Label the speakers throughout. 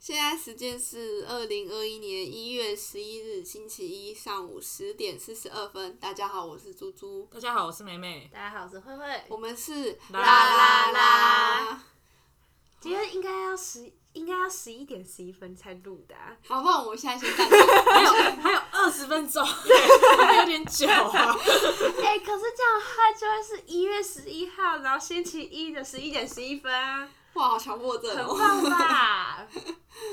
Speaker 1: 现在时间是二零二一年一月十一日星期一上午十点四十二分。大家好，我是猪猪，
Speaker 2: 大家好，我是梅梅。
Speaker 3: 大家好，我是慧慧。
Speaker 1: 我们是
Speaker 2: 啦啦
Speaker 3: 啦，今天应该要十，应该要十一点十一分才录的、啊。
Speaker 1: 好，不然我们现在先暂停。
Speaker 2: 还有还有二十分钟，还有点久啊。
Speaker 3: 哎、可是这样的话就会是一月十一号，然后星期一的十一点十一分啊，
Speaker 1: 哇，好强迫症
Speaker 3: 很
Speaker 1: 哦！
Speaker 3: 棒吧？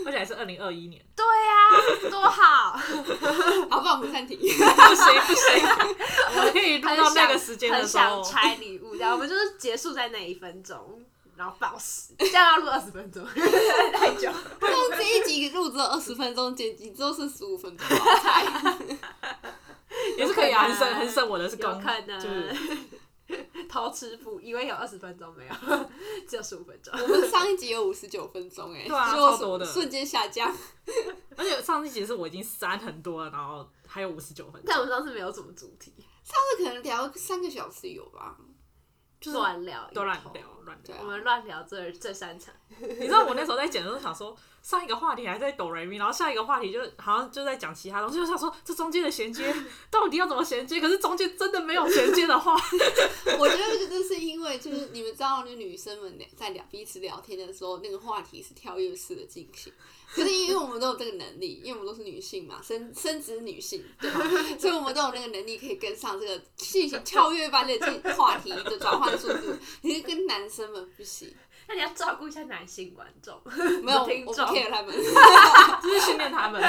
Speaker 2: 而且还是二零二一年，
Speaker 3: 对啊，多好！
Speaker 1: 好，不然我们 暂停。
Speaker 2: 不行不行，我们可以录到那个时间的
Speaker 3: 很
Speaker 2: 时
Speaker 3: 想
Speaker 2: 候。
Speaker 3: 拆礼物，然后我们就是结束在那一分钟，然后报 时，这样要录二十分 钟，太久。
Speaker 1: 但这一集录只有二十分钟，剪辑之后是十五分钟，哦 好惨
Speaker 2: 也是可以啊，
Speaker 3: 有可能
Speaker 2: 很省很省我的是
Speaker 3: 有
Speaker 2: 刚，
Speaker 3: 可
Speaker 2: 就
Speaker 3: 能
Speaker 2: 是。
Speaker 3: 偷吃不，以为有二十分钟，没有，只有十五分钟。
Speaker 1: 我们上一集有五十九分钟，哎，
Speaker 2: 对啊
Speaker 1: 所以我
Speaker 2: 超多的
Speaker 1: 瞬间下降。
Speaker 2: 而且上一集是我已经删很多了，然后还有五十九分钟，
Speaker 3: 但我们上次没有什么主题，
Speaker 1: 这可能聊三个小时有吧？
Speaker 2: 就是
Speaker 3: 乱聊一
Speaker 2: 都乱
Speaker 3: 通
Speaker 2: 聊。乱
Speaker 1: 对
Speaker 2: 聊
Speaker 1: 啊。
Speaker 3: 我们乱聊这这三场，
Speaker 2: 你知道我那时候在剪的时候想说，上一个话题还在抖瑞咪，然后下一个话题就好像就在讲其他东西，就想说这中间的衔接到底要怎么衔接？可是中间真的没有衔接的话，
Speaker 1: 我觉得这是因为，就是你们知道，那女生们聊在聊彼此聊天的时候，那个话题是跳跃式的进行。可是因为我们都有这个能力，因为我们都是女性嘛，生生殖女性，对吧？ 所以我们都有那个能力可以跟上这个进行跳跃般的进话题的转换速度。你是跟男生们不行，
Speaker 3: 那你要照顾一下男性观 众，
Speaker 1: 没有，我
Speaker 3: 听
Speaker 1: 我不
Speaker 3: 众
Speaker 1: care 他们，
Speaker 2: 就是训练他们。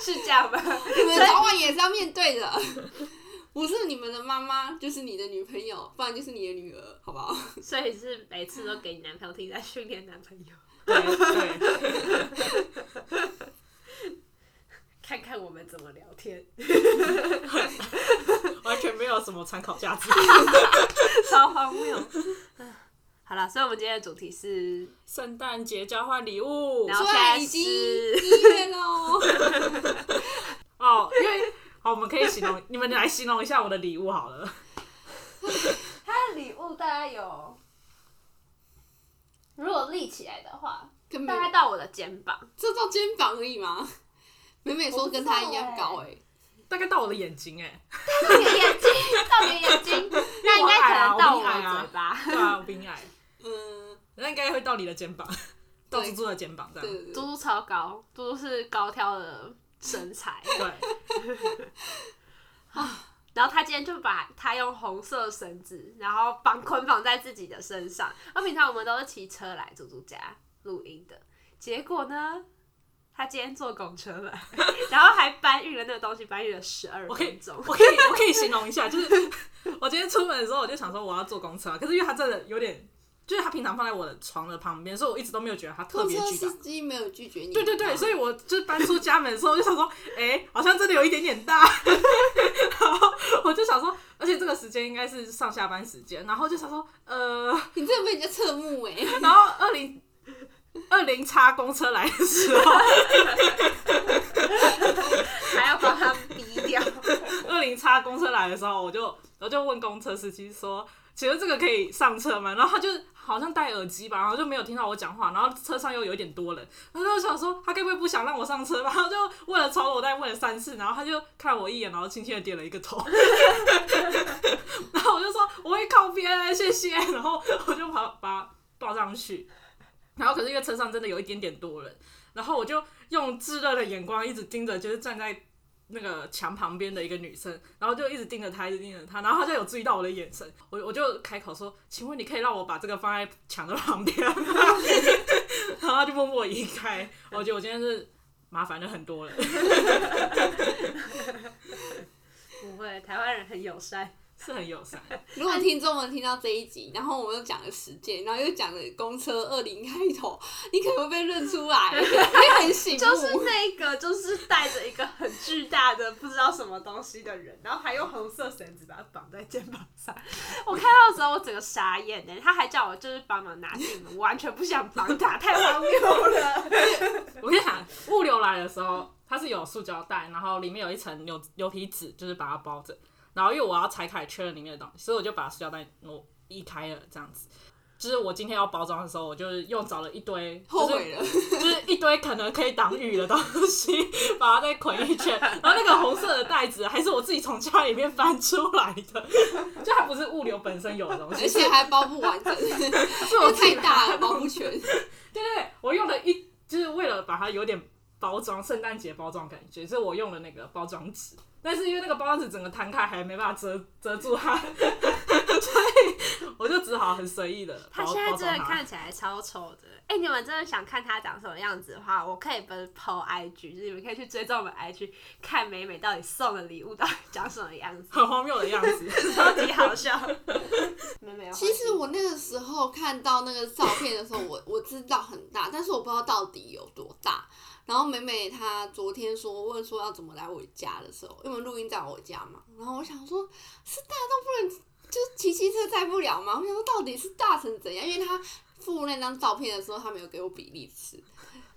Speaker 3: 是这样吗？
Speaker 1: 你们早晚也是要面对的。不是你们的妈妈，就是你的女朋友，不然就是你的女儿，好不好？
Speaker 3: 所以是每次都给你男朋友听，在训练男朋友，
Speaker 2: 对对，
Speaker 3: 看看我们怎么聊天，
Speaker 2: 完全没有什么参考价值。
Speaker 3: 超荒谬。 好了，所以我们今天的主题是，
Speaker 2: 圣诞节交换礼物
Speaker 3: 然后
Speaker 1: 虽
Speaker 3: 现在
Speaker 1: 然已经
Speaker 3: 是
Speaker 1: 一月喽。
Speaker 2: 哦，因为好，我们可以形容，你们来形容一下我的礼物好了。
Speaker 3: 他的礼物大概有，如果立起来的话，
Speaker 1: 根
Speaker 3: 大
Speaker 1: 本
Speaker 3: 概到我的肩膀，
Speaker 1: 这到肩膀而已吗？ 美美说跟她一样高哎、
Speaker 2: 大概到我的眼睛哎、
Speaker 3: 到你的眼睛，到你的眼睛，那应该可能到我的嘴巴。
Speaker 2: 对啊，我比你矮，
Speaker 1: 嗯，
Speaker 2: 那应该会到你的肩膀，到
Speaker 1: 对
Speaker 2: 猪猪的肩膀这
Speaker 1: 对
Speaker 2: 样。
Speaker 1: 对
Speaker 3: 猪
Speaker 1: 对，
Speaker 3: 猪超高，猪猪是高挑的身材，
Speaker 2: 对，
Speaker 3: 然后他今天就把他用红色绳子，然后绑捆绑在自己的身上。那平常我们都是骑车来猪猪家录音的，结果呢，他今天坐公车来， 然后还搬运了那个东西，搬运了十二
Speaker 2: 我可以
Speaker 3: 分钟，
Speaker 2: 我可以，我可以形容一下，就是 我今天出门的时候，我就想说我要坐公车，可是因为它真的有点，就是它平常放在我的床的旁边，所以我一直都没有觉得它特
Speaker 1: 公
Speaker 2: 别
Speaker 1: 车
Speaker 2: 巨大
Speaker 1: 司。机没有拒绝你，
Speaker 2: 对对对，所以我就是搬出家门的时候，我就想说，哎、好像真的有一点点大。 然后我就想说，而且这个时间应该是上下班时间，然后就想说，呃，
Speaker 1: 你真的被人家侧目哎、
Speaker 2: 然后二零二零叉公车来的时候，
Speaker 3: 还要帮他逼 掉。
Speaker 2: 二零叉公车来的时候，我就我就问公车司机说：“请问这个可以上车吗？”然后他就好像戴耳机吧，然后就没有听到我讲话，然后车上又有一点多人，然后我想说他该不会不想让我上车吧？然后就问了超我再问了三次，然后他就看我一眼，然后轻轻的点了一个头，然后我就说我会靠边，谢谢，然后我就把把他抱上去，然后可是因为车上真的有一点点多人，然后我就用炙热的眼光一直盯着，就是站在那个墙旁边的一个女生，然后就一直盯着她，一直盯着她，然后她就有注意到我的眼神，我我就开口说：“请问你可以让我把这个放在墙的旁边吗？” 然后她就默默移开。我觉得我今天是麻烦了很多人，
Speaker 3: 不会，台湾人很友善。
Speaker 2: 是很友善。
Speaker 1: 如果听众们听到这一集，然后我们又讲了时间，然后又讲了公车二零开头，你可能会被认出 来，你会很醒目。
Speaker 3: 就是那个，就是带着一个很巨大的不知道什么东西的人，然后还用红色绳子把它绑在肩膀上。我看到的时候，我整个傻眼呢。他还叫我就是帮忙拿进门，我完全不想帮他，太荒谬了。
Speaker 2: 我跟你讲，物流来的时候，它是有塑胶袋，然后里面有一层牛牛皮纸，就是把它包着。然后因为我要拆开确认里面的东西，所以我就把塑胶袋挪移开了，这样子。就是我今天要包装的时候，我就是又找了一堆，
Speaker 1: 后
Speaker 2: 就是
Speaker 1: 悔了，
Speaker 2: 就是一堆可能可以挡雨的东西，把它再捆一 圈。然后那个红色的袋子还是我自己从家里面翻出来的， 就还不是物流本身有的东西
Speaker 1: 而。且还包不完 整，
Speaker 2: 是
Speaker 1: 因
Speaker 2: 我
Speaker 1: 为
Speaker 2: 自己
Speaker 1: 太大了，包不全。
Speaker 2: 对对对，我用了一就是为了把它有点包装，圣诞节包装感觉，所以我用了那个包装纸。但是因为那个包装纸整个摊开，还没办法遮遮住 它，所以我就只好很随意的包
Speaker 3: 他现在
Speaker 2: 包装
Speaker 3: 真的
Speaker 2: 它。
Speaker 3: 看起来超丑的。哎、你们真的想看他长什么样子的话，我可以不是 PO IG，就是你们可以去追踪我们 IG，看美美到底送的礼物到底长什么样子，
Speaker 2: 很荒谬的样子，
Speaker 3: 超级好 笑。美美，
Speaker 1: 其实我那个时候看到那个照片的时候，我我知道很大，但是我不知道到底有多大。然后美美她昨天说问说要怎么来我家的时候，因为录音在我家嘛，然后我想说，是大到不能就是骑机车载不了吗？我想说到底是大成怎样？因为她附那张照片的时候，她没有给我比例尺。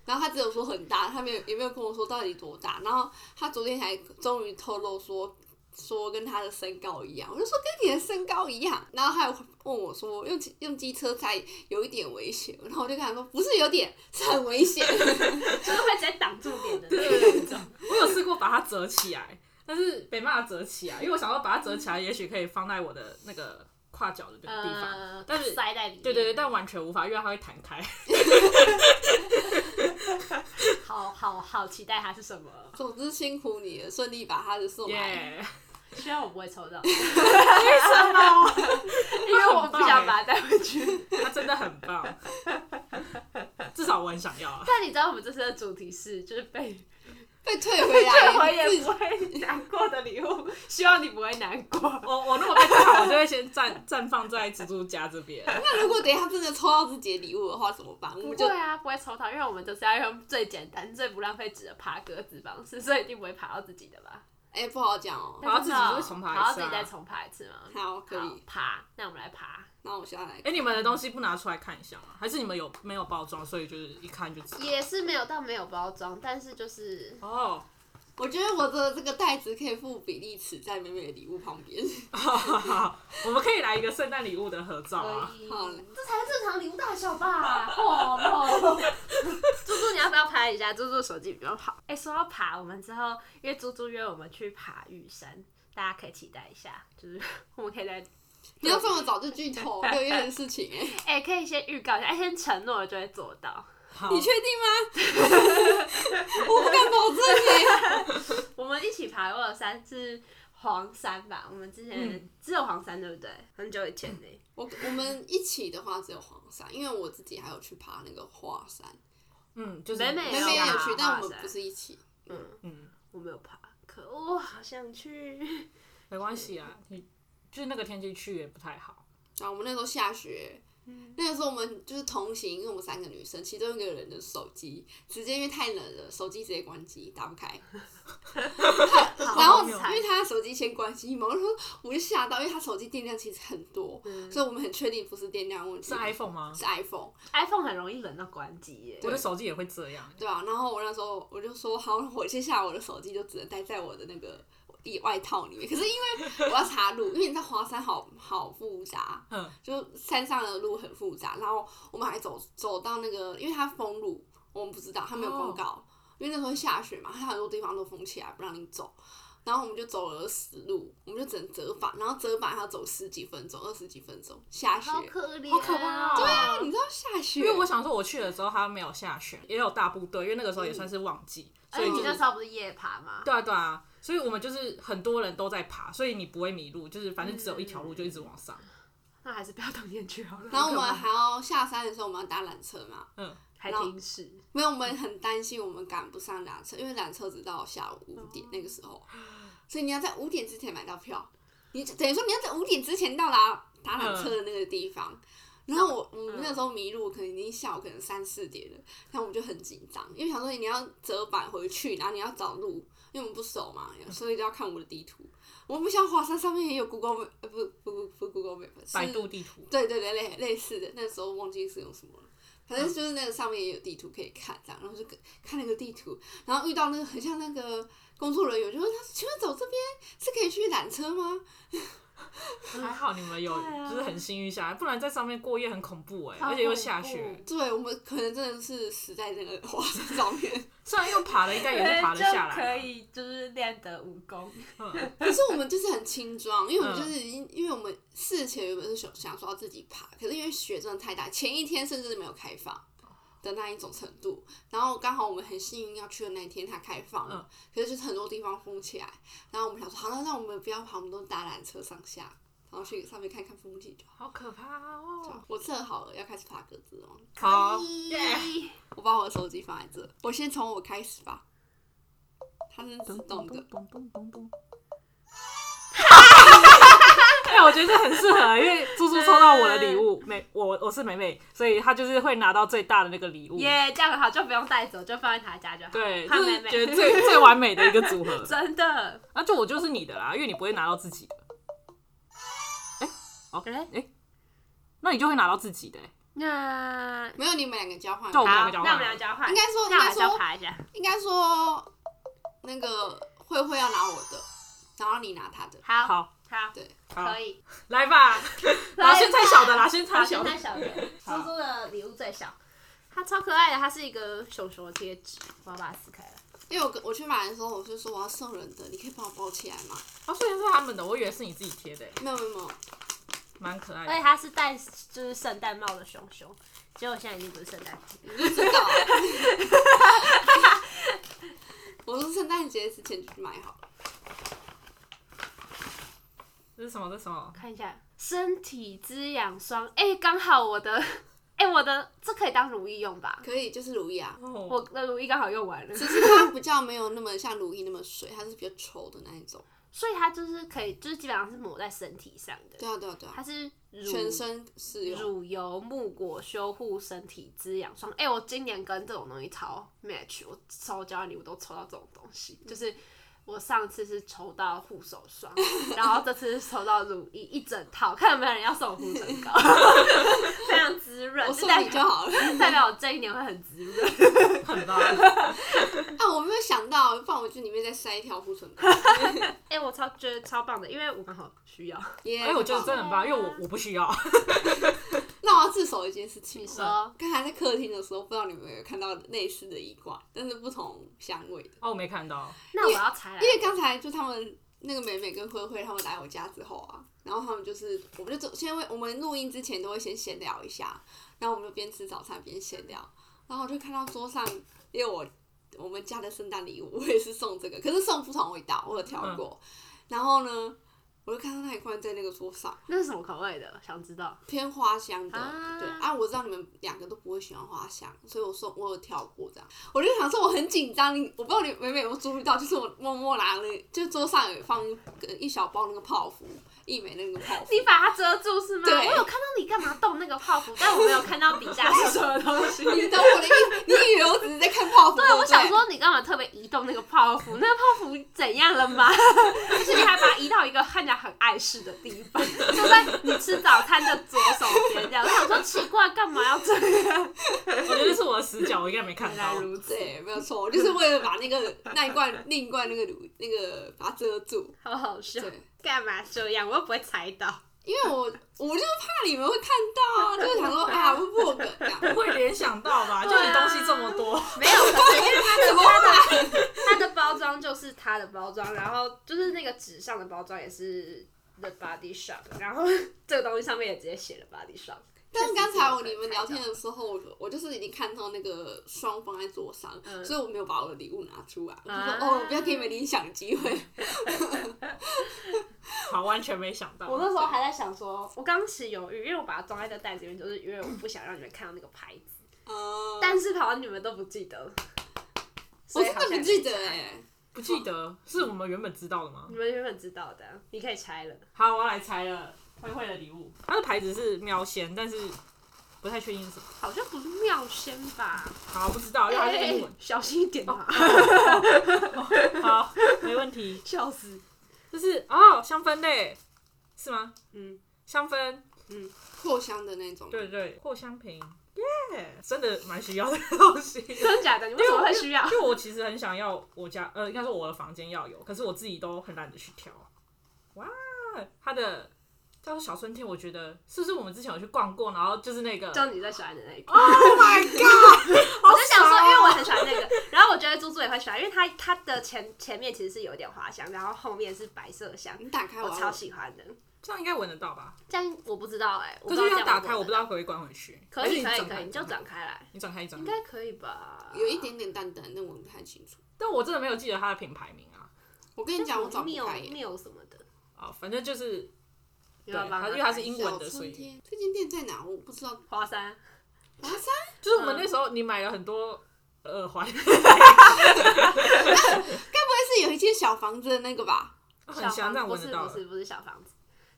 Speaker 1: 然后她只有说很大，她没有也没有跟我说到底多大。然后她昨天才终于透露说说跟他的身高一样，我就说跟你的身高一样，然后他有问我说用机用机车才有一点危险，然后我就跟他说不是有点，是很危险。
Speaker 3: 就是会直接挡住脸的
Speaker 2: 对对对，我有试过把它折起来，但是没办法折起啊来，因为我想要把它折起来，也许可以放在我的那个胯脚的地方，
Speaker 3: 呃，
Speaker 2: 但是
Speaker 3: 塞在里面，
Speaker 2: 对对对，但完全无法，因为它会弹开。
Speaker 3: 好好好期待它是什么，
Speaker 1: 总之辛苦你了，顺利把他的送来。
Speaker 2: 耶、
Speaker 3: 虽然我不会抽到，
Speaker 2: 为什么？
Speaker 3: 因为我不
Speaker 2: 欸
Speaker 3: 想把它带回去。
Speaker 2: 它真的很棒，至少我很想要啊。
Speaker 3: 但你知道我们这次的主题是，就是被
Speaker 1: 被退回
Speaker 3: 退
Speaker 1: 来，
Speaker 3: 回
Speaker 1: 自
Speaker 3: 也
Speaker 1: 己
Speaker 3: 不会难过的礼物， 希望你不会难过。
Speaker 2: 我我如果被看好，我就会先暂暂放在蜘蛛家这边。
Speaker 1: 那如果等一下真的抽到自己的礼物的话怎么办？我
Speaker 3: 不
Speaker 1: 们就
Speaker 3: 会啊，不会抽到，因为我们都是要用最简单、最不浪费纸的爬格子方式， 所以一定不会爬到自己的吧？
Speaker 1: 哎、不好讲哦。
Speaker 2: 爬到自己就会重爬一次啊
Speaker 3: 爬到自己再重爬一次吗？
Speaker 1: 好，可
Speaker 3: 好
Speaker 1: 以，
Speaker 3: 爬，那我们来爬。
Speaker 1: 那我下来
Speaker 2: 哎、。你们的东西不拿出来看一下吗？还是你们有没有包装，所以就是一看就知道？
Speaker 3: 也是没有到没有包装，但是就是
Speaker 2: 哦，
Speaker 1: 我觉得我的这个袋子可以附比例尺在美美的礼物旁边。
Speaker 2: 我们可以来一个圣诞礼物的合照啊！
Speaker 3: 可以
Speaker 1: 好嘞
Speaker 3: 这才是正常礼物大小 吧？哦哦，猪猪，你要不要拍一下？猪猪手机比较好。哎、说到爬，我们之后因为猪猪约我们去爬玉山，大家可以期待一下，就是我们可以在
Speaker 1: 不要这么早就剧透六月的事情哎、
Speaker 3: 哎、可以先预告一下，哎先承诺了就会做到。
Speaker 2: 好，
Speaker 1: 你确定吗？我不敢保证哎、
Speaker 3: 我们一起爬过的山是黄山吧？我们之前、
Speaker 2: 嗯
Speaker 3: 只有黄山，对不对？很久以前呢、
Speaker 1: 我我们一起的话只有黄山，因为我自己还有去爬那个华山，
Speaker 2: 嗯，就是
Speaker 3: 美美哦
Speaker 1: 妹
Speaker 3: 有
Speaker 1: 妹也有
Speaker 3: 爬
Speaker 1: 去，但我
Speaker 3: 华山
Speaker 1: 们不是一起。
Speaker 3: 嗯，
Speaker 2: 嗯，
Speaker 3: 我没有爬，可我好想去。
Speaker 2: 没关系啊，你就是那个天气去也不太好。
Speaker 1: 然后我们那时候下学，
Speaker 2: 嗯
Speaker 1: 那个时候我们就是同行，因为我们三个女生，其中一个人的手机直接因为太冷了，手机直接关机，打不 开。然后
Speaker 2: 好
Speaker 1: 因
Speaker 2: 惨
Speaker 1: 为他的手机先关机嘛，我就说我就吓到，因为他手机电量其实很多，所以我们很确定不是电量问题，
Speaker 2: 嗯是 iPhone 吗？
Speaker 1: 是 iPhone。
Speaker 3: iPhone 很容易冷到关机耶、
Speaker 2: 我的手机也会这样。
Speaker 1: 对啊，然后我那时候我就说，好，我接下来我的手机就只能待在我的那个衣外套里面。可是因为我要查路，因为你知道华山好好复杂，
Speaker 2: 嗯，
Speaker 1: 就是山上的路很复杂。然后我们还走走到那个，因为它封路，我们不知道，它没有
Speaker 2: 哦
Speaker 1: 公告，因为那时候下雪嘛，它很多地方都封起来，不让你走。然后我们就走了死路，我们就只能折返，然后折返还要走十几分钟、二十几分钟，下雪。
Speaker 3: 好可怜、
Speaker 2: 好可怕哦
Speaker 3: 对啊，
Speaker 1: 啊，你知道下雪？
Speaker 2: 因为我想说，我去的时候它没有下雪，也有大部队，因为那个时候也算是旺季，
Speaker 3: 而
Speaker 2: 所以就
Speaker 3: 且嗯哎你那
Speaker 2: 是
Speaker 3: 时候不是夜爬吗？
Speaker 2: 对啊对啊，所以我们就是很多人都在爬，所以你不会迷路，就是反正只有一条路就一直往
Speaker 3: 嗯
Speaker 2: 上。
Speaker 3: 那还是不要冬天去好了。
Speaker 1: 然后我们还要下山的时候，我们要搭缆车嘛。
Speaker 2: 嗯，
Speaker 3: 还停驶，
Speaker 1: 没有，我们很担心我们赶不上缆车，因为缆车只到下午五
Speaker 2: 哦
Speaker 1: 点那个时候，所以你要在五点之前买到票，你就等于说你要在五点之前到达打缆车的那个地
Speaker 2: 嗯
Speaker 1: 方。然后我我们那时候迷路，可能已经下午可能三四点了，然后我们就很紧张，因为想说你要折返回去，然后你要找路，因为我们不熟 嘛，所以就要看我的地图。我们像华山上面也有 Google Map，呃，不不不不 Google Map，是
Speaker 2: 百度地图。
Speaker 1: 对对对，类类似的，那时候忘记是用什么了。反正就是那个上面也有地图可以看，这样，然后就跟看那个地图，然后遇到那个很像那个工作人员，就问他：“请问走这边是可以去缆车吗？”
Speaker 2: 还好你们有，
Speaker 3: 对啊
Speaker 2: 就是很幸运下来，不然在上面过夜很恐怖哎、
Speaker 3: 超
Speaker 2: 而且又下雪
Speaker 3: 恐，
Speaker 1: 对，我们可能真的是死在那个 花生上面。
Speaker 2: 虽然用爬的，应该也是爬得下
Speaker 3: 可
Speaker 2: 来
Speaker 3: 能就
Speaker 2: 啊。
Speaker 3: 可以就是练得武功，
Speaker 2: 嗯，
Speaker 1: 可是我们就是很轻装，因为我们
Speaker 2: 嗯
Speaker 1: 就是已经，因为我们事前原本是想想说要自己爬，可是因为雪真的太大，前一天甚至是没有开放的那一种程度。然后刚好我们很幸运要去的那一天它开放了，
Speaker 2: 嗯
Speaker 1: 可是就是很多地方封起来。然后我们想说，好，那那我们不要爬，我们都搭缆车上下，然后去上面看看风景就好。
Speaker 2: 好可怕哦！
Speaker 1: 我测好了，要开始爬格子了。
Speaker 3: 哦
Speaker 2: 好，
Speaker 3: 耶
Speaker 1: 我把我的手机放在这，我先从我开始吧。它是自动的，
Speaker 2: 哎、我觉得这很适合，因为猪猪抽到我的礼物，
Speaker 3: 嗯
Speaker 2: 美我我是美美，所以她就是会拿到最大的那个礼物。
Speaker 3: 耶，这样很好，就不用带走，就放在他家就好。
Speaker 2: 对，啊
Speaker 3: 他
Speaker 2: 就
Speaker 3: 妹
Speaker 2: 是
Speaker 3: 妹
Speaker 2: 觉得最最完美的一个组 合。
Speaker 3: 真的，
Speaker 2: 那就我就是你的啦，因为你不会拿到自己的，
Speaker 3: 哎，
Speaker 2: 那你就会拿到自己的、欸。
Speaker 3: 那
Speaker 1: 没有你们两个交换。
Speaker 2: 就我
Speaker 1: 应
Speaker 2: 们两个交
Speaker 3: 好，
Speaker 2: 换
Speaker 3: 那我们俩交换，
Speaker 1: 该说，应
Speaker 3: 那我
Speaker 1: 该
Speaker 3: 们就
Speaker 1: 说，
Speaker 3: 爬一下。
Speaker 1: 应该说，那个慧慧要拿我的，然后你拿她的。
Speaker 3: 好，好，
Speaker 2: 好，好
Speaker 3: 可以。
Speaker 2: 来吧，然后先猜小的啦，先
Speaker 3: 好，
Speaker 2: 猜
Speaker 3: 先
Speaker 2: 小的
Speaker 3: 看。小的，
Speaker 2: 好
Speaker 3: 猪猪的礼物最小，它超可爱的，它是一个熊熊的贴纸，我要把它撕开了。
Speaker 1: 因为我跟我去买的时候，我就说我要送人的，你可以帮我包起来吗？
Speaker 2: 哦，虽然是他们的，我以为是你自己贴的欸，
Speaker 1: 没有没有没有，
Speaker 2: 蛮可爱
Speaker 3: 而且
Speaker 2: 的。
Speaker 3: 它是戴就是圣诞帽的熊熊，结果现在已经不是圣诞节。
Speaker 1: 你就知道。 我说圣诞节之前去买好了。
Speaker 2: 这是什么？这是什么？
Speaker 3: 看一下，身体滋养霜，哎、刚好我的，哎、我的这可以当乳液用吧？
Speaker 1: 可以，就是如意啊，
Speaker 2: 哦，
Speaker 3: 我的乳液刚好用完了，
Speaker 1: 只是它比较没有那么像如意那么水，它是比较稠的那一种。
Speaker 3: 所以它就是可以，就是基本上是抹在身体上的，
Speaker 1: 对啊对啊对啊，
Speaker 3: 它是乳
Speaker 1: 全身适用。
Speaker 3: 乳油木果修护身体滋养霜。哎、我今年跟这种东西超 match，我抽交换礼物都抽到这种东西，
Speaker 1: 嗯
Speaker 3: 就是我上次是抽到护手霜，然后这次是抽到乳液一整套，看有没有人要送我护唇膏， 非常滋润，
Speaker 1: 我
Speaker 3: 就
Speaker 1: 送
Speaker 3: 代
Speaker 1: 你就
Speaker 3: 表
Speaker 1: 好了。
Speaker 3: 代表我这一年会很滋润。
Speaker 2: 很大。
Speaker 1: 啊，我没有想到，不然我去里面再塞一条护唇 膏。
Speaker 3: 哎、我超觉得超棒的，因为我刚好需要。
Speaker 1: 耶、
Speaker 2: 哎，我觉得
Speaker 1: 很
Speaker 2: 真
Speaker 1: 棒
Speaker 2: 的很棒，因为我我不需要。
Speaker 1: 那我要自首一件事情。
Speaker 3: 你说
Speaker 1: 哦刚才在客厅的时候，不知道你们有没有看到类似的衣冠，但是不同香味的。
Speaker 2: 哦，我没看到。
Speaker 3: 那我要猜了
Speaker 1: 因。为刚才就他们那个美美跟慧慧他们来我家之后啊，然后他们就是，我们就走，先为我们录音之前都会先闲聊一下，然后我们就边吃早餐边闲聊，然后我就看到桌上，因为我我们家的圣诞礼物我也是送这个，可是送不同味道，我有挑过，然后呢，我就看到那一罐在那个桌上。
Speaker 3: 那是什么口味的？想知道。
Speaker 1: 偏花香的，
Speaker 3: 啊
Speaker 1: 对啊，我知道你们两个都不会喜欢花香，所以我说我有跳过这样，我就想说我很紧张，你我不知道你美美有没有注意到，就是我默默拿了，就桌上有放一个一小包那个泡芙，一美那个泡芙，
Speaker 3: 你把它遮住是吗？
Speaker 1: 对
Speaker 3: 我有看到你干嘛动那个泡芙， 但我没有看到底下是什么东西。
Speaker 1: 你懂我的意，你以为我只是在看泡芙？对
Speaker 3: 对，
Speaker 1: 不
Speaker 3: 啊
Speaker 1: 对，
Speaker 3: 我想，说你干嘛特别移动那个泡芙？那个泡芙怎样了 吗？而且你还把它移到一个看起来很碍事的地方，就在你吃早餐的左手边这样。我想说奇怪，干嘛要这样？
Speaker 2: 我觉得是我的死角，我应该没看
Speaker 3: 原
Speaker 2: 到
Speaker 3: 来。如此，
Speaker 1: 对，没有错，我就是为了把那个那一罐另一罐那个乳那个把它遮住，
Speaker 3: 好好笑
Speaker 1: 对。
Speaker 3: 干嘛这样？我又不会猜到。
Speaker 1: 因为我我就是怕你们会看到啊，就是想 说啊，会破梗这样，
Speaker 2: 不会联想到吧？就
Speaker 3: 对啊
Speaker 2: 你东西这么多，
Speaker 3: 没有，可是因为它的
Speaker 1: 怎么
Speaker 3: 它的它的包装就是它的包装，然后就是那个纸上的包装也是 The Body Shop，然后这个东西上面也直接写了 Body Shop。
Speaker 1: 但是刚才我你们聊天的时候，我我就是已经看到那个霜放在桌上，
Speaker 3: 嗯
Speaker 1: 所以我没有把我的礼物拿出来，我就说、
Speaker 3: 啊
Speaker 1: 哦，不要给你们理想机会。
Speaker 2: 好，完全没想到。
Speaker 3: 啊我那时候还在想说，我刚起犹豫，因为我把它装在这袋子里面，就是因为我不想让你们看到那个牌子。
Speaker 2: 哦
Speaker 1: 呃，
Speaker 3: 但是好像你们都不记得，
Speaker 1: 我真的不记得哎、
Speaker 3: 哎、
Speaker 2: 不记得，是我们原本知道的吗
Speaker 3: 你？们原本知道的，你可以拆了。
Speaker 2: 好，我要来猜了。慧慧的礼物，它的牌子是喵仙，但是不太确定是什么。
Speaker 3: 好像不是妙仙吧？哎
Speaker 2: 好，不知道，因为它是英文。
Speaker 3: 小心一点啊！哎
Speaker 2: 好，没问题。
Speaker 3: 笑死。
Speaker 2: 就是哦，香氛类是吗？
Speaker 3: 嗯，
Speaker 2: 香氛，
Speaker 1: 扩香的那种，
Speaker 2: 对对，扩香瓶，耶、真的蛮需要这个东西。因
Speaker 3: 真的假的？你为什么会需 要？
Speaker 2: 为我其实很想要我家，呃，应该说我的房间要有，可是我自己都很懒得去挑。哇，的他的叫做小春天，我觉得是不是我们之前有去逛过，然后就是那个
Speaker 3: 就你最喜欢的那一 个。
Speaker 2: Oh my god！
Speaker 3: 我就想
Speaker 2: 哦
Speaker 3: 说，因为我很喜欢那个，然后我觉得猪猪也会喜欢，因为它它的前前面其实是有点花香，然后后面是白色香，
Speaker 1: 你打开
Speaker 3: 我
Speaker 1: 要
Speaker 3: 超喜欢的。
Speaker 2: 这样应该闻得到吧？
Speaker 3: 这样我不知道哎、我
Speaker 2: 可
Speaker 3: 不
Speaker 2: 是
Speaker 3: 知道
Speaker 2: 因为
Speaker 3: 这
Speaker 2: 它
Speaker 3: 样
Speaker 2: 打开，我不
Speaker 3: 闻
Speaker 2: 知
Speaker 3: 得
Speaker 2: 道可不可以关回去。
Speaker 3: 可以
Speaker 2: 还
Speaker 3: 可
Speaker 2: 是
Speaker 3: 以
Speaker 2: 转开
Speaker 3: 可以，你就，转开来，
Speaker 2: 你转开一转
Speaker 3: 应。该可以吧？
Speaker 1: 有一点点淡淡，但我不太清楚。
Speaker 2: 但我真的没有记得它的品牌名啊。
Speaker 1: 我跟你讲，我找不
Speaker 3: 缪
Speaker 1: 开耶。
Speaker 3: 缪什么的，
Speaker 2: 哦，反正就是
Speaker 3: 有没有
Speaker 2: 对
Speaker 3: 帮
Speaker 2: 它因为
Speaker 3: 它
Speaker 2: 它是
Speaker 3: 看一
Speaker 2: 英
Speaker 3: 下
Speaker 2: 文
Speaker 1: 小
Speaker 2: 的所
Speaker 1: 春
Speaker 2: 以
Speaker 1: 天这间店在哪？我不知道。
Speaker 3: 花山，
Speaker 1: 华山，
Speaker 2: 就是我
Speaker 3: 嗯
Speaker 2: 们那时候你买了很多耳环，
Speaker 1: 该不会是有一间小房子的那个吧？
Speaker 2: 很
Speaker 3: 小
Speaker 2: 香，这样
Speaker 3: 房子不
Speaker 2: 闻得
Speaker 3: 是
Speaker 2: 到
Speaker 3: 不
Speaker 2: 了。
Speaker 3: 是不是小房子，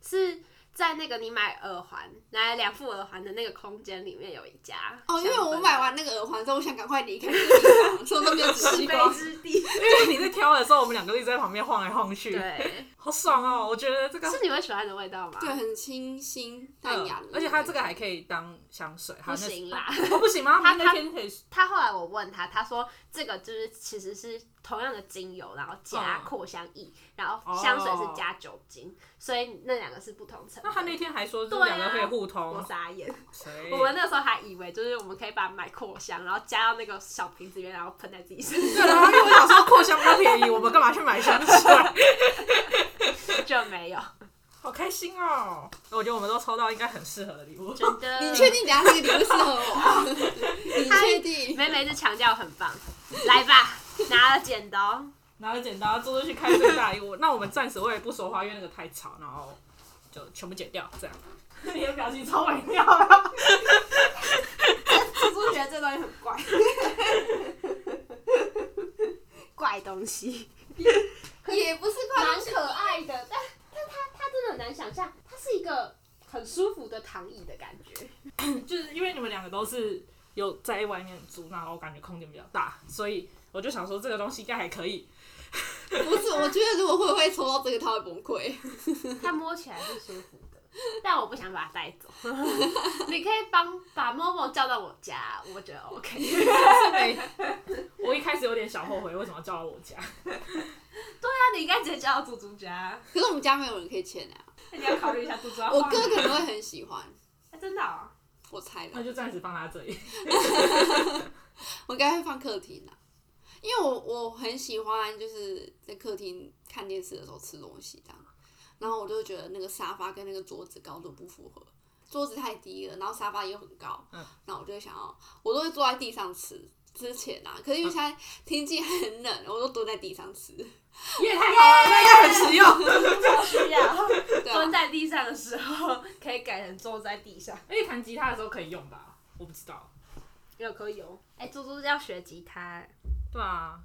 Speaker 3: 是在那个你买耳环，买两副耳环的那个空间里面有一家
Speaker 1: 哦，因为我
Speaker 3: 香氛
Speaker 1: 买完那个耳环之后，我想赶快离开这个地方，所以我都没有仔
Speaker 3: 是
Speaker 1: 细
Speaker 3: 非
Speaker 1: 逛。
Speaker 3: 之 地，
Speaker 2: 因为你在挑的时候，我们两个一直在旁边晃来晃去，
Speaker 3: 对，
Speaker 2: 好爽哦！我觉得这个
Speaker 3: 是你会喜欢的味道吗？
Speaker 1: 对，，很清新淡雅的
Speaker 2: 嗯
Speaker 1: 那种感觉、
Speaker 2: 而且它这个还可以当香水，
Speaker 3: 不行啦。
Speaker 2: 它那，哦不行吗？
Speaker 3: 它
Speaker 2: 那天可以
Speaker 3: 他后来我问他，他说这个就是其实是同样的精油，然后加扩香液，然后香水是加酒精，所以那两个是不同成
Speaker 2: 那他那哦哎
Speaker 3: 分。
Speaker 2: 天还说就是
Speaker 3: 对啊
Speaker 2: 两个可以互
Speaker 3: 我
Speaker 2: 通，
Speaker 3: 傻眼，
Speaker 2: 谁
Speaker 3: 我们那时候还以为就是我们可以把它买扩香，然后加到那个小瓶子里面，然后喷在自己身
Speaker 2: 对，啊然后因为我想说扩香比较便宜，我们干嘛去买香水？
Speaker 3: 上，就没有。
Speaker 2: 好开心哦！我觉得我们都抽到应该很适合的礼物。
Speaker 3: 真的，
Speaker 1: 你确定等下这个礼物适合我？你确定？
Speaker 3: 妹妹是强调很棒，来吧，拿了剪刀，
Speaker 2: 拿着剪刀，做出去开最大礼物。那我们暂时我也不说话，因为那个太吵，然后就全部剪掉，这样。你的表情超微妙的。
Speaker 3: 猪猪觉得这东西很怪，怪东西，
Speaker 1: 也不是快乐
Speaker 3: 蛮可爱的，但但它它真的很难想象，它是一个很舒服的躺椅的感觉。
Speaker 2: 就是因为你们两个都是有在外面住，然后我感觉空间比较大，所以我就想说这个东西应该还可以。
Speaker 1: 不是，我觉得如果慧慧抽到这个，她会崩溃。
Speaker 3: 它摸起来是舒服的，但我不想把它带走。 你可以帮把 Momo 叫到我家，我觉得 OK。
Speaker 2: 是没， 我一开始有点小后悔，为什么要叫到我家？
Speaker 3: 那你应该直接叫到猪猪家，
Speaker 1: 可是我们家没有人可以签啊，
Speaker 3: 那你要考虑一下猪猪要
Speaker 1: 我
Speaker 3: 放
Speaker 1: 哥
Speaker 3: 哪
Speaker 1: 可能会很喜欢，
Speaker 3: 哎真的哦、
Speaker 1: 我猜
Speaker 2: 那
Speaker 1: 的。
Speaker 2: 就暂时放他 这里。
Speaker 1: 我应该会放客厅啊，因为我我很喜欢就是在客厅看电视的时候吃东西这样，然后我就觉得那个沙发跟那个桌子高度不符合，桌子太低了，然后沙发又很高，
Speaker 2: 嗯，
Speaker 1: 然后我就会想要，我都会坐在地上吃。之前啊，可是因为现在天气很冷，我都蹲在地上吃。
Speaker 2: 也太好了，那应该很实用。
Speaker 3: 超需 要。
Speaker 1: 对啊
Speaker 3: 蹲，在地上的时候可以改成坐在地上，
Speaker 2: 而且弹吉他的时候可以用吧？我不知道。
Speaker 3: 没有可以哦。哎、猪猪要学吉他，
Speaker 2: 对啊，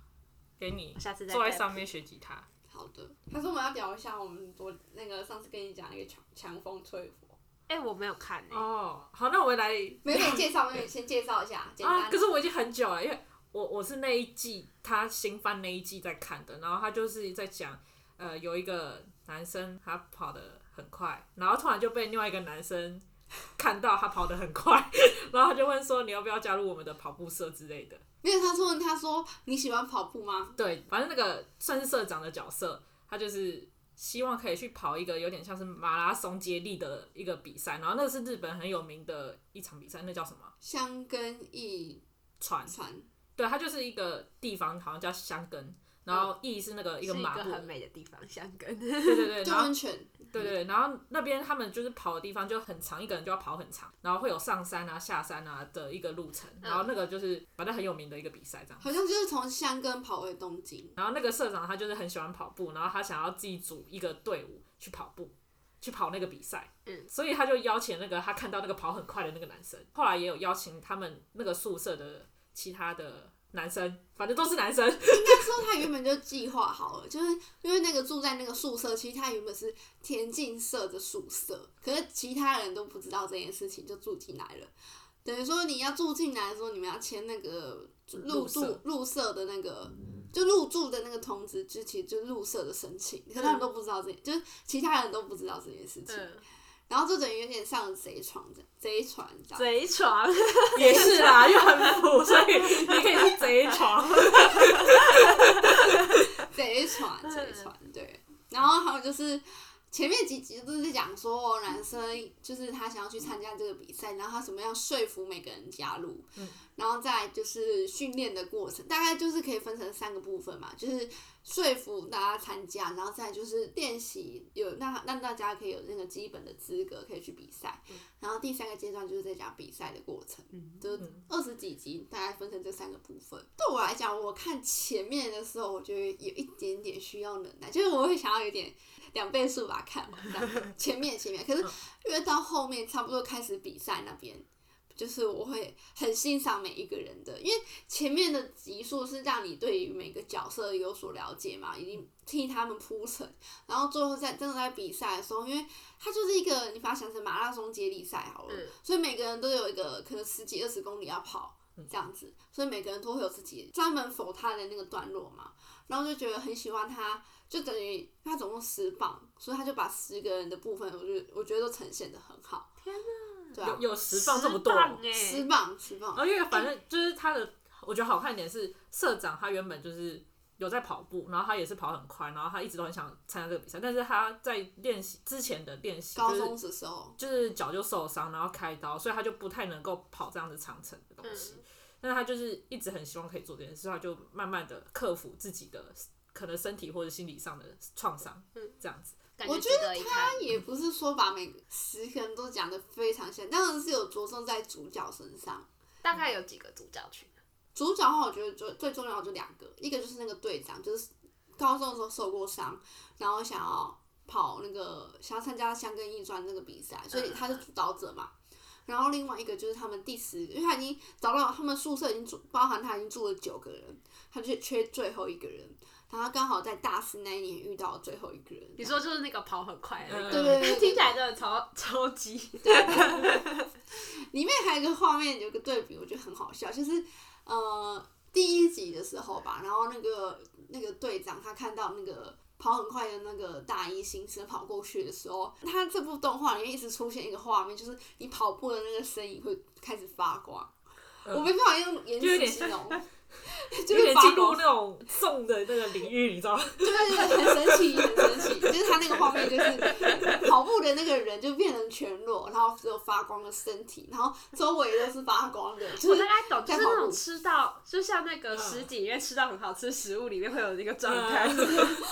Speaker 2: 给你
Speaker 3: 我下次再
Speaker 2: 坐在
Speaker 3: 带
Speaker 2: 上面学吉他。
Speaker 1: 好的。可是我们要聊一下我们昨那个上次跟你讲那个强强风吹拂，
Speaker 3: 哎、我没有看哎、
Speaker 2: 哦，好，那我们来
Speaker 1: 没有介绍，没有先介绍一下，简单。
Speaker 2: 啊。可是我已经很久了，因为我我是那一季他新番那一季在看的，然后他就是在讲，呃，有一个男生他跑得很快，然后突然就被另外一个男生。看到他跑得很快， 然后他就问说：“你要不要加入我们的跑步社之类的？”
Speaker 1: 没有，他说问他说你喜欢跑步吗？
Speaker 2: 对，反正那个算是社长的角色，他就是希望可以去跑一个有点像是马拉松接力的一个比赛，然后那个是日本很有名的一场比赛，那叫什么
Speaker 1: 香根一
Speaker 2: 船？
Speaker 1: 传，
Speaker 2: 对，它就是一个地方，好像叫香根，然后义是那个一
Speaker 3: 嗯是
Speaker 2: 个
Speaker 3: 一
Speaker 2: 马嗯
Speaker 3: 个
Speaker 2: 步，
Speaker 3: 很美的地方，香根。
Speaker 2: 对对 对，啊
Speaker 1: 就
Speaker 2: 然后
Speaker 1: 温泉。
Speaker 2: 对对对，然后那边他们就是跑的地方就很长，一个人就要跑很长，然后会有上山啊、下山啊的一个路程，
Speaker 3: 嗯
Speaker 2: 然后那个就是反正很有名的一个比赛这样。
Speaker 1: 好像就是从香根跑回东京，
Speaker 2: 然后那个社长他就是很喜欢跑步，然后他想要自己组一个队伍去跑步，去跑那个比赛。
Speaker 3: 嗯，
Speaker 2: 所以他就邀请那个他看到那个跑很快的那个男生，后来也有邀请他们那个宿舍的其他的男生，反正都是男生。
Speaker 1: 应该说他原本就计划好了，就是因为那个住在那个宿舍，其实他原本是田径社的宿舍，可是其他人都不知道这件事情，就住进来了。等于说你要住进来的时候，你们要签那个入
Speaker 2: 入
Speaker 1: 住
Speaker 2: 社
Speaker 1: 入社的那个，就入住的那个通知，就其实就是入社的申请，可是他们都不知道这，就是其他人都不知道这件事 情。
Speaker 3: 嗯，
Speaker 1: 然后就等于有点上了贼船这贼船这样。
Speaker 3: 贼床，
Speaker 2: 也是啊啦，又很腐，所以你可以去贼床。
Speaker 1: 贼船贼船对。然后还有就是前面几集都是在讲说男生就是他想要去参加这个比赛，然后他怎么样说服每个人加入，
Speaker 2: 嗯
Speaker 1: 然后再来就是训练的过程，大概就是可以分成三个部分嘛，就是说服大家参加，然后再来就是练习有让让大家可以有那个基本的资格可以去比赛，然后第三个阶段就是在讲比赛的过程，就是二十几集大概分成这三个部分。对我来讲，我看前面的时候，我觉得有一点点需要忍耐，就是我会想要有点。两倍速把它看完，这样前面前面，可是越到后面差不多开始比赛那边，就是我会很欣赏每一个人的，因为前面的集数是让你对于每个角色有所了解嘛，已经替他们铺陈，然后最后在真的在比赛的时候，因为它就是一个你把它想成马拉松接力赛好了，
Speaker 3: 嗯
Speaker 1: 所以每个人都有一个可能十几二十公里要跑。
Speaker 2: 嗯
Speaker 1: 这样子，所以每个人都会有自己专门否他的那个段落嘛，然后就觉得很喜欢他就等于他总共十磅，所以他就把十个人的部分，我觉我觉得都呈现的很好。
Speaker 3: 天
Speaker 1: 哪！对啊
Speaker 2: 有，哦有十放这么多，
Speaker 3: 棒哎、
Speaker 1: 十磅十磅
Speaker 2: 然，后因为反正就是他的，我觉得好看一点是社长他原本就是有在跑步，然后他也是跑很快，然后他一直都很想参加这个比赛，但是他在练习之前的练习
Speaker 1: 高
Speaker 2: 就
Speaker 1: 中
Speaker 2: 是
Speaker 1: 的时候，
Speaker 2: 就是脚就受伤，然后开刀，所以他就不太能够跑这样子长程的东西。
Speaker 1: 嗯
Speaker 2: 但是他就是一直很希望可以做这件事，所以他就慢慢的克服自己的可能身体或者心理上的创伤，
Speaker 1: 嗯
Speaker 2: 这样子。
Speaker 3: 感
Speaker 1: 我
Speaker 3: 觉
Speaker 1: 觉
Speaker 3: 值
Speaker 1: 得
Speaker 3: 一
Speaker 1: 他
Speaker 3: 看
Speaker 1: 也不是说把每个十个人都讲的非常像，当然是有着重在主角身上。
Speaker 3: 大概有几个主角群啊？
Speaker 1: 主角的话，我觉得最最重要的就两个，一个就是那个队长，就是高中的时候受过伤，然后想要跑那个想要参加香根艺专那个比赛，所以
Speaker 3: 嗯
Speaker 1: 他是主导者嘛。然后另外一个就是他们第十，因为他已经找到他们宿舍已经住，包含他已经住了九个人，他就缺最后一个人，然后刚好在大四那一年遇到最后一个人。
Speaker 3: 你说就是那个跑很快的那
Speaker 2: 嗯
Speaker 1: 对
Speaker 3: 个，
Speaker 1: 对对，对
Speaker 3: 听起来真的超超级。
Speaker 1: 里面还有一个画面，有一个对比，我觉得很好笑，就是呃第一集的时候吧，然后那个那个队长他看到那个跑很快的那个大一新生跑过去的时候，他这部动画里面一直出现一个画面，就是你跑步的那个身影会开始发光。
Speaker 2: 嗯
Speaker 1: 我没办法用言
Speaker 2: 就有
Speaker 1: 辞
Speaker 2: 点
Speaker 1: 形容，就
Speaker 2: 有
Speaker 1: 是
Speaker 2: 点
Speaker 1: 发
Speaker 2: 进
Speaker 1: 光
Speaker 2: 入，那种重的那个领域，你知道 吗？
Speaker 1: 对对对，很神奇，很神奇。 就是他那个画面，就是跑步的那个人就变成全裸，然后只有发光的身体，然后周围都是发光的，就
Speaker 3: 我
Speaker 1: 是
Speaker 3: 大概懂，就
Speaker 1: 在
Speaker 3: 是
Speaker 1: 跑
Speaker 3: 那种
Speaker 1: 步
Speaker 3: 吃到，就像那个
Speaker 2: 嗯
Speaker 3: 十几面吃到很好吃的食物里面会有一个状态。
Speaker 2: 嗯 有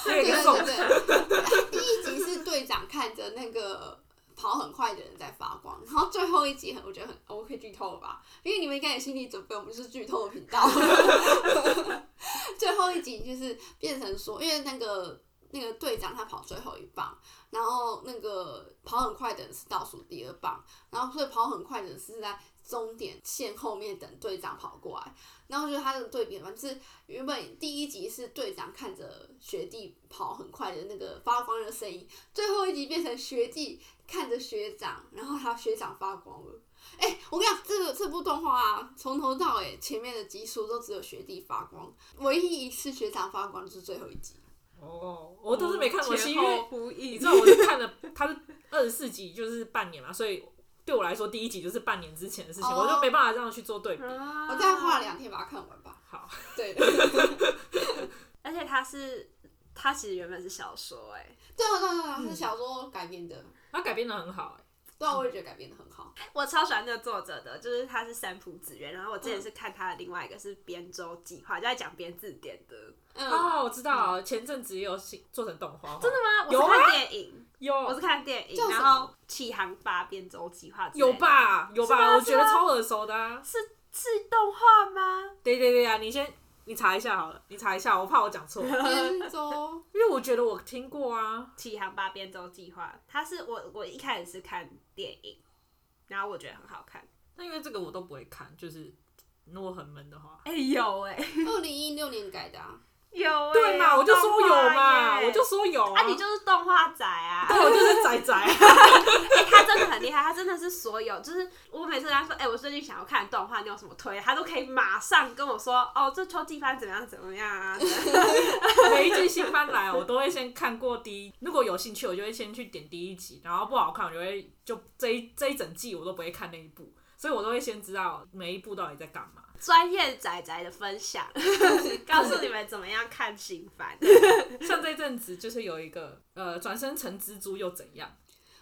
Speaker 1: 对
Speaker 2: 点
Speaker 1: 对
Speaker 2: 重。
Speaker 1: 对，第一集是队长看着那个跑很快的人在发光，然后最后一集很我觉得很哦我可以剧透了吧，因为你们应该有心理准备，我们是剧透的频道。最后一集就是变成说，因为那个那个队长他跑最后一棒，然后那个跑很快的人是倒数第二棒，然后所以跑很快的人是在终点线后面等队长跑过来，然后就是他的对比嘛，就是原本第一集是队长看着学弟跑很快的那个发光的身影，最后一集变成学弟看着学长，然后他学长发光了。哎、我跟你讲，这个这部动画啊，从头到尾前面的集数都只有学弟发光，唯一一次学长发光就是最后一集。
Speaker 2: 哦，我都是没看过，是
Speaker 3: 前
Speaker 2: 因为
Speaker 3: 后呼
Speaker 2: 你
Speaker 3: 应
Speaker 2: 知。道我是看了 他是二十四集，就是半年嘛，所以对我来说第一集就是半年之前的事情，
Speaker 1: 哦
Speaker 2: 我就没办法这样去做对比。
Speaker 1: 我
Speaker 3: 我
Speaker 1: 大概花了两天把它看完吧。
Speaker 2: 好，
Speaker 1: 对，啊
Speaker 3: 而且它是，它其实原本是小说、哎。
Speaker 1: 对啊，对啊，对啊，是小说改编的，
Speaker 2: 他改编的很好、欸，
Speaker 1: 对啊，我也觉得改编的很好。
Speaker 3: 我超喜欢这个作者的，就是他是三浦子苑，然后我之前是看他的另外一个是《编舟计划》，就在讲编字典的。
Speaker 1: 嗯，
Speaker 2: 哦，我知道，前阵子也有新做成动画，真的吗？
Speaker 3: 啊我
Speaker 2: 有
Speaker 3: 是
Speaker 2: 啊
Speaker 3: 看电影，我
Speaker 2: 有
Speaker 3: 是看
Speaker 1: 叫
Speaker 3: 电影，
Speaker 1: 什么
Speaker 3: 然后《启航八编舟计划》
Speaker 2: 有？吧有吧，我觉得
Speaker 3: 是吗
Speaker 2: 超耳熟的、啊。
Speaker 3: 是是动画吗？
Speaker 2: 对对对啊，你先你查一下好了，你查一下，我怕我讲 错，因
Speaker 1: 边州
Speaker 2: 为我觉得我听过啊。
Speaker 3: 《启航八编舟计划》，它是我我一开始是看电影，然后我觉得很好看。
Speaker 2: 但因为这个我都不会看，就是如果很闷的话。
Speaker 3: 哎、有哎、
Speaker 1: 二零一六年改的、啊。
Speaker 3: 有哎、
Speaker 2: 欸对嘛，我就说有嘛，
Speaker 3: 动画耶
Speaker 2: 我就说有啊
Speaker 3: 啊，你就是动画仔啊！
Speaker 2: 对，我就是仔仔。
Speaker 3: 哎、他真的很厉害，他真的是所有，就是我每次跟他说，哎、我最近想要看动画，你有什么推？他都可以马上跟我说，哦，这秋季番怎么样怎么 样啊？
Speaker 2: 每一季新番来，我都会先看过第一，如果有兴趣，我就会先去点第一集，然后不好看，我就会就这一这一整季我都不会看那一部，所以我都会先知道每一部到底在干嘛。
Speaker 3: 专业仔仔的 分享，告诉你们怎么样看新番。
Speaker 2: 像这阵子就是有一个呃转身成蜘蛛又怎样？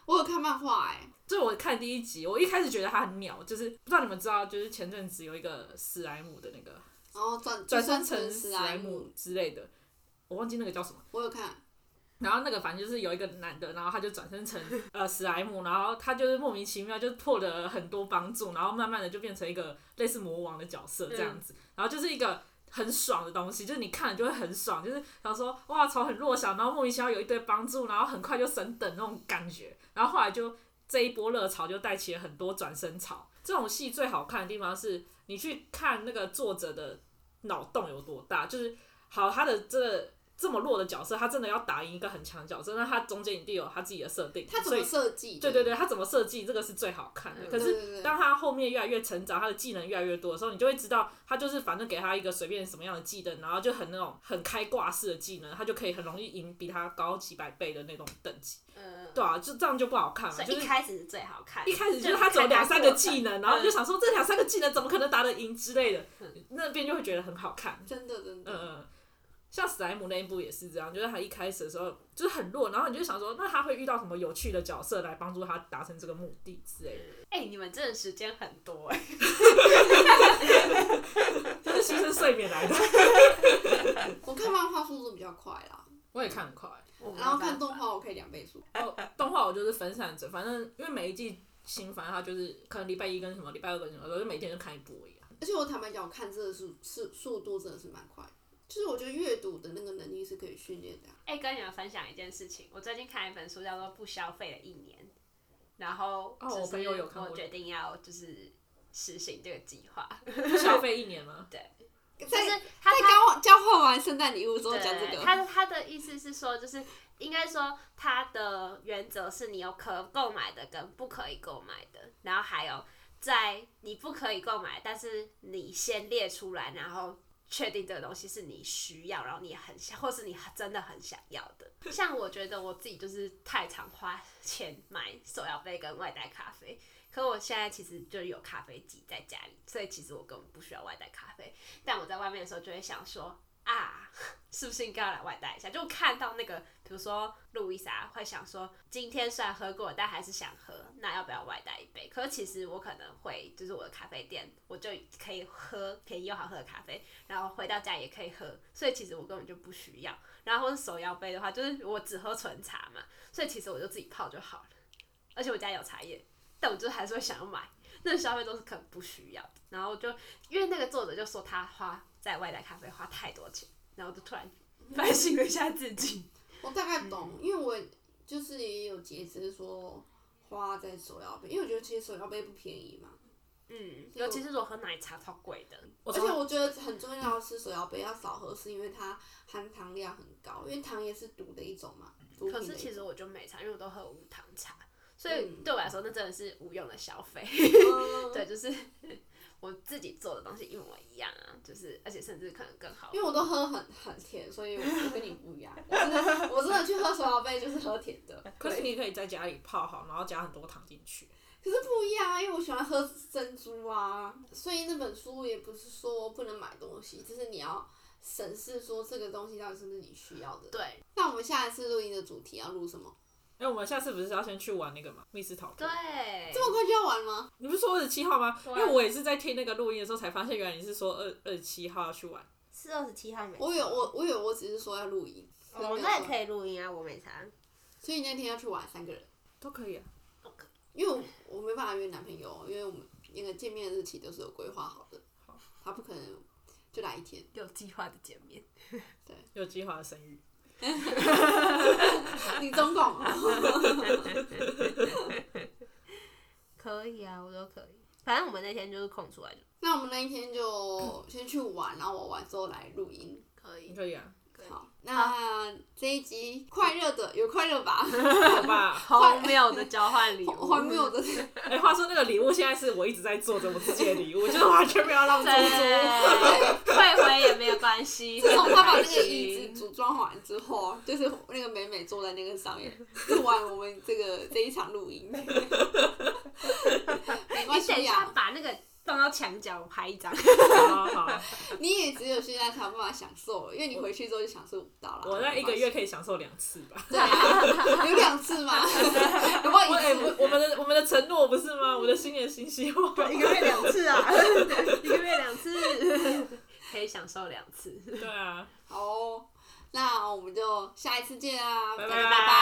Speaker 1: 我有看漫画哎、
Speaker 2: 就是我看第一集，我一开始觉得它很鸟，就是不知道你们知道，就是前阵子有一个史莱姆的那个
Speaker 1: 然后转
Speaker 2: 转
Speaker 1: 身
Speaker 2: 身成史
Speaker 1: 史
Speaker 2: 莱
Speaker 1: 莱
Speaker 2: 姆，嗯之类的，我忘记那个叫什么。
Speaker 1: 啊我有看，
Speaker 2: 然后那个反正就是有一个男的，然后他就转身成呃史莱姆，然后他就是莫名其妙就获得了很多帮助，然后慢慢的就变成一个类似魔王的角色这样子，然后就是一个很爽的东西，就是你看了就会很爽，就是想说哇从很弱小，然后莫名其妙有一堆帮助，然后很快就升等那种感觉，然后后来就这一波热潮就带起了很多转身潮。这种戏最好看的地方是你去看那个作者的脑洞有多大，就是好他的这。这么弱的角色，他真的要打赢一个很强的角色，那他中间一定有他自己的设定。
Speaker 1: 他怎
Speaker 2: 所以
Speaker 1: 么设计？
Speaker 2: 对对，对，他怎么设计这个是最好看的。
Speaker 3: 嗯
Speaker 1: 对
Speaker 2: 可
Speaker 1: 对
Speaker 2: 是
Speaker 1: 对
Speaker 2: 当他后面越来越成长，他的技能越来越多的时候，你就会知道他就是反正给他一个随便什么样的技能，然后就很那种很开挂式的技能，他就可以很容易赢比他高几百倍的那种等级。
Speaker 3: 嗯，
Speaker 2: 对啊，就这样就不好看了。
Speaker 3: 所以
Speaker 2: 就
Speaker 3: 一
Speaker 2: 是
Speaker 3: 开始是最好看的，
Speaker 2: 一开始就是他只有两三个技能，然后你就
Speaker 3: 嗯
Speaker 2: 想说这两三个技能怎么可能打得赢之类的，那边就会觉得很好看。
Speaker 1: 真的真的。
Speaker 2: 嗯，像史莱姆那一部也是这样，就是他一开始的时候就是很弱，然后你就想说，那他会遇到什么有趣的角色来帮助他达成这个目的之类的，
Speaker 3: 哎、你们真的时间很多哎、
Speaker 2: 就是牺牲睡眠来的。嗯
Speaker 1: 我看漫画速度比较快啦，
Speaker 2: 我也看很快，
Speaker 1: 然后看动画我可以两倍速。
Speaker 2: 哦，动画我就是分散着，反正因为每一季新番它就是可能礼拜一跟什么，礼拜二跟什么，我就每天就看一部啊一样。
Speaker 1: 而且我坦白讲，我看这个速速速度真的是蛮快的，就是我觉得阅读的那个能力是可以训练的啊、
Speaker 3: 哎、跟你们分享一件事情，我最近看一本书叫做《不消费的一年》，然后
Speaker 2: 哦
Speaker 3: 就是
Speaker 2: 我朋友有看过
Speaker 3: 我决定要就是实行这个计划，
Speaker 2: 不消费一年 吗？
Speaker 3: 但是
Speaker 1: 在
Speaker 3: 他
Speaker 1: 在
Speaker 3: 他
Speaker 1: 交换交换完圣诞礼物之后
Speaker 3: 对，
Speaker 1: 讲这个，
Speaker 3: 他的他的意思是说，就是应该说他的原则是你有可购买的跟不可以购买的，然后还有在你不可以购买，但是你先列出来，然后。确定这个东西是你需要，然后你也很想，或是你真的很想要 的。像我觉得我自己就是太常花钱买手摇杯跟外带咖啡，可我现在其实就有咖啡机在家里，所以其实我根本不需要外带咖啡。但我在外面的时候就会想说啊，是不是应该要来外带一下？就看到那个，比如说路易莎会想说，今天虽然喝过，但还是想喝，那要不要外带一杯？可是其实我可能会，就是我的咖啡店，我就可以喝便宜又好喝的咖啡，然后回到家也可以喝，所以其实我根本就不需要。然后或是手摇杯的话，就是我只喝纯茶嘛，所以其实我就自己泡就好了。而且我家有茶叶，但我就还是会想要买。那个消费都是可能不需要的，然后就因为那个作者就说他花在外带咖啡花太多钱，然后就突然 反省了一下自己。
Speaker 1: 我大概懂，因为我就是也有节制说花在手摇杯，因为我觉得其实手摇杯不便宜嘛，
Speaker 3: 嗯，尤其是如果喝奶茶超贵的，
Speaker 2: 我
Speaker 1: 而且
Speaker 2: 从
Speaker 1: 我觉得很重要的是手摇杯要少喝，是因为它含糖量很高，因为糖也是毒的一种嘛。毒品
Speaker 3: 可
Speaker 1: 的一
Speaker 3: 是
Speaker 1: 种
Speaker 3: 其实我就没差，因为我都喝无糖茶，所以
Speaker 1: 嗯
Speaker 3: 对我来说那真的是无用的消 费。
Speaker 1: 嗯
Speaker 3: 对，就是 我自己做的东西一模一样啊，就是而且甚至可能更好。
Speaker 1: 因为我都喝很很甜，所以我我跟你不一样，我真的我真的去喝手摇杯就是喝甜的，
Speaker 2: 可是
Speaker 1: 对
Speaker 2: 你可以在家里泡好，然后加很多糖进去。
Speaker 1: 可是不一样啊，因为我喜欢喝珍珠啊，所以那本书也不是说不能买东西，就是你要审视说这个东西到底是不是你需要的。
Speaker 3: 对
Speaker 1: 那我们下一次录音的主题要录什么？
Speaker 2: 因哎为我们下次不是要先去玩那个嘛密室逃脱？
Speaker 3: 对，啊
Speaker 1: 这么快就要玩吗？
Speaker 2: 你不是说二十七号吗？
Speaker 3: 对
Speaker 2: 因
Speaker 3: 啊
Speaker 2: 为我也是在听那个录音的时候才发现，原来你是说二二十七号要去玩。
Speaker 3: 是二十七号没错？
Speaker 1: 我有我我有我只是说要录音，
Speaker 3: 我们哦那也可以录音啊，我没差。
Speaker 1: 所以那天要去玩三个人，
Speaker 2: 都可以啊。
Speaker 1: 因为我我没办法约男朋友，因为我们那个见面的日期都是有规划好的，他不可能就来一天。
Speaker 3: 有计划的见面，
Speaker 2: 有计划的生育。
Speaker 1: 你中共 哦
Speaker 3: 可以啊，我都可以。反正我们那天就是空出来就
Speaker 1: 那我们那一天就先去玩，然后玩完之后来录音。
Speaker 3: 可
Speaker 2: 你
Speaker 3: 以。
Speaker 2: 可以啊，
Speaker 1: 好，那这一集快乐的有快乐 吧，
Speaker 2: 好吧。
Speaker 3: 荒谬的交换礼物，
Speaker 1: 荒谬的，
Speaker 2: 哎、话说那个礼物现在是我一直在做着我自己的礼物，就是完全没有
Speaker 1: 哦
Speaker 2: 让猪猪。
Speaker 3: 对， 退回也没有关系。
Speaker 1: 自从他把那
Speaker 3: 很开
Speaker 1: 个
Speaker 3: 心
Speaker 1: 椅子组装完之后，就是那个美美坐在那个上面录完我 们这个这一场录音，没关
Speaker 3: 你等
Speaker 1: 系啊
Speaker 3: 一下
Speaker 1: 呀、
Speaker 3: 把那个撞到墙角，我拍一 张。
Speaker 2: 好啊好好，
Speaker 1: 你也只有现在才有办法享受了，因为你回去之后就享受不到了。啊
Speaker 2: 我那一个月可以享受两次吧。
Speaker 1: 对啊，有两次吗？有没
Speaker 2: 我
Speaker 1: 有
Speaker 2: 哎、
Speaker 1: 一
Speaker 2: 我
Speaker 1: 次？
Speaker 2: 我们的我们的承诺不是吗？我们的新年新希望。
Speaker 3: 一个月两次啊， 一个月两次， 可以享受两次。
Speaker 2: 对啊。
Speaker 1: 好哦，那我们就下一次见啊，
Speaker 2: 拜
Speaker 1: 大家
Speaker 2: 拜
Speaker 1: 拜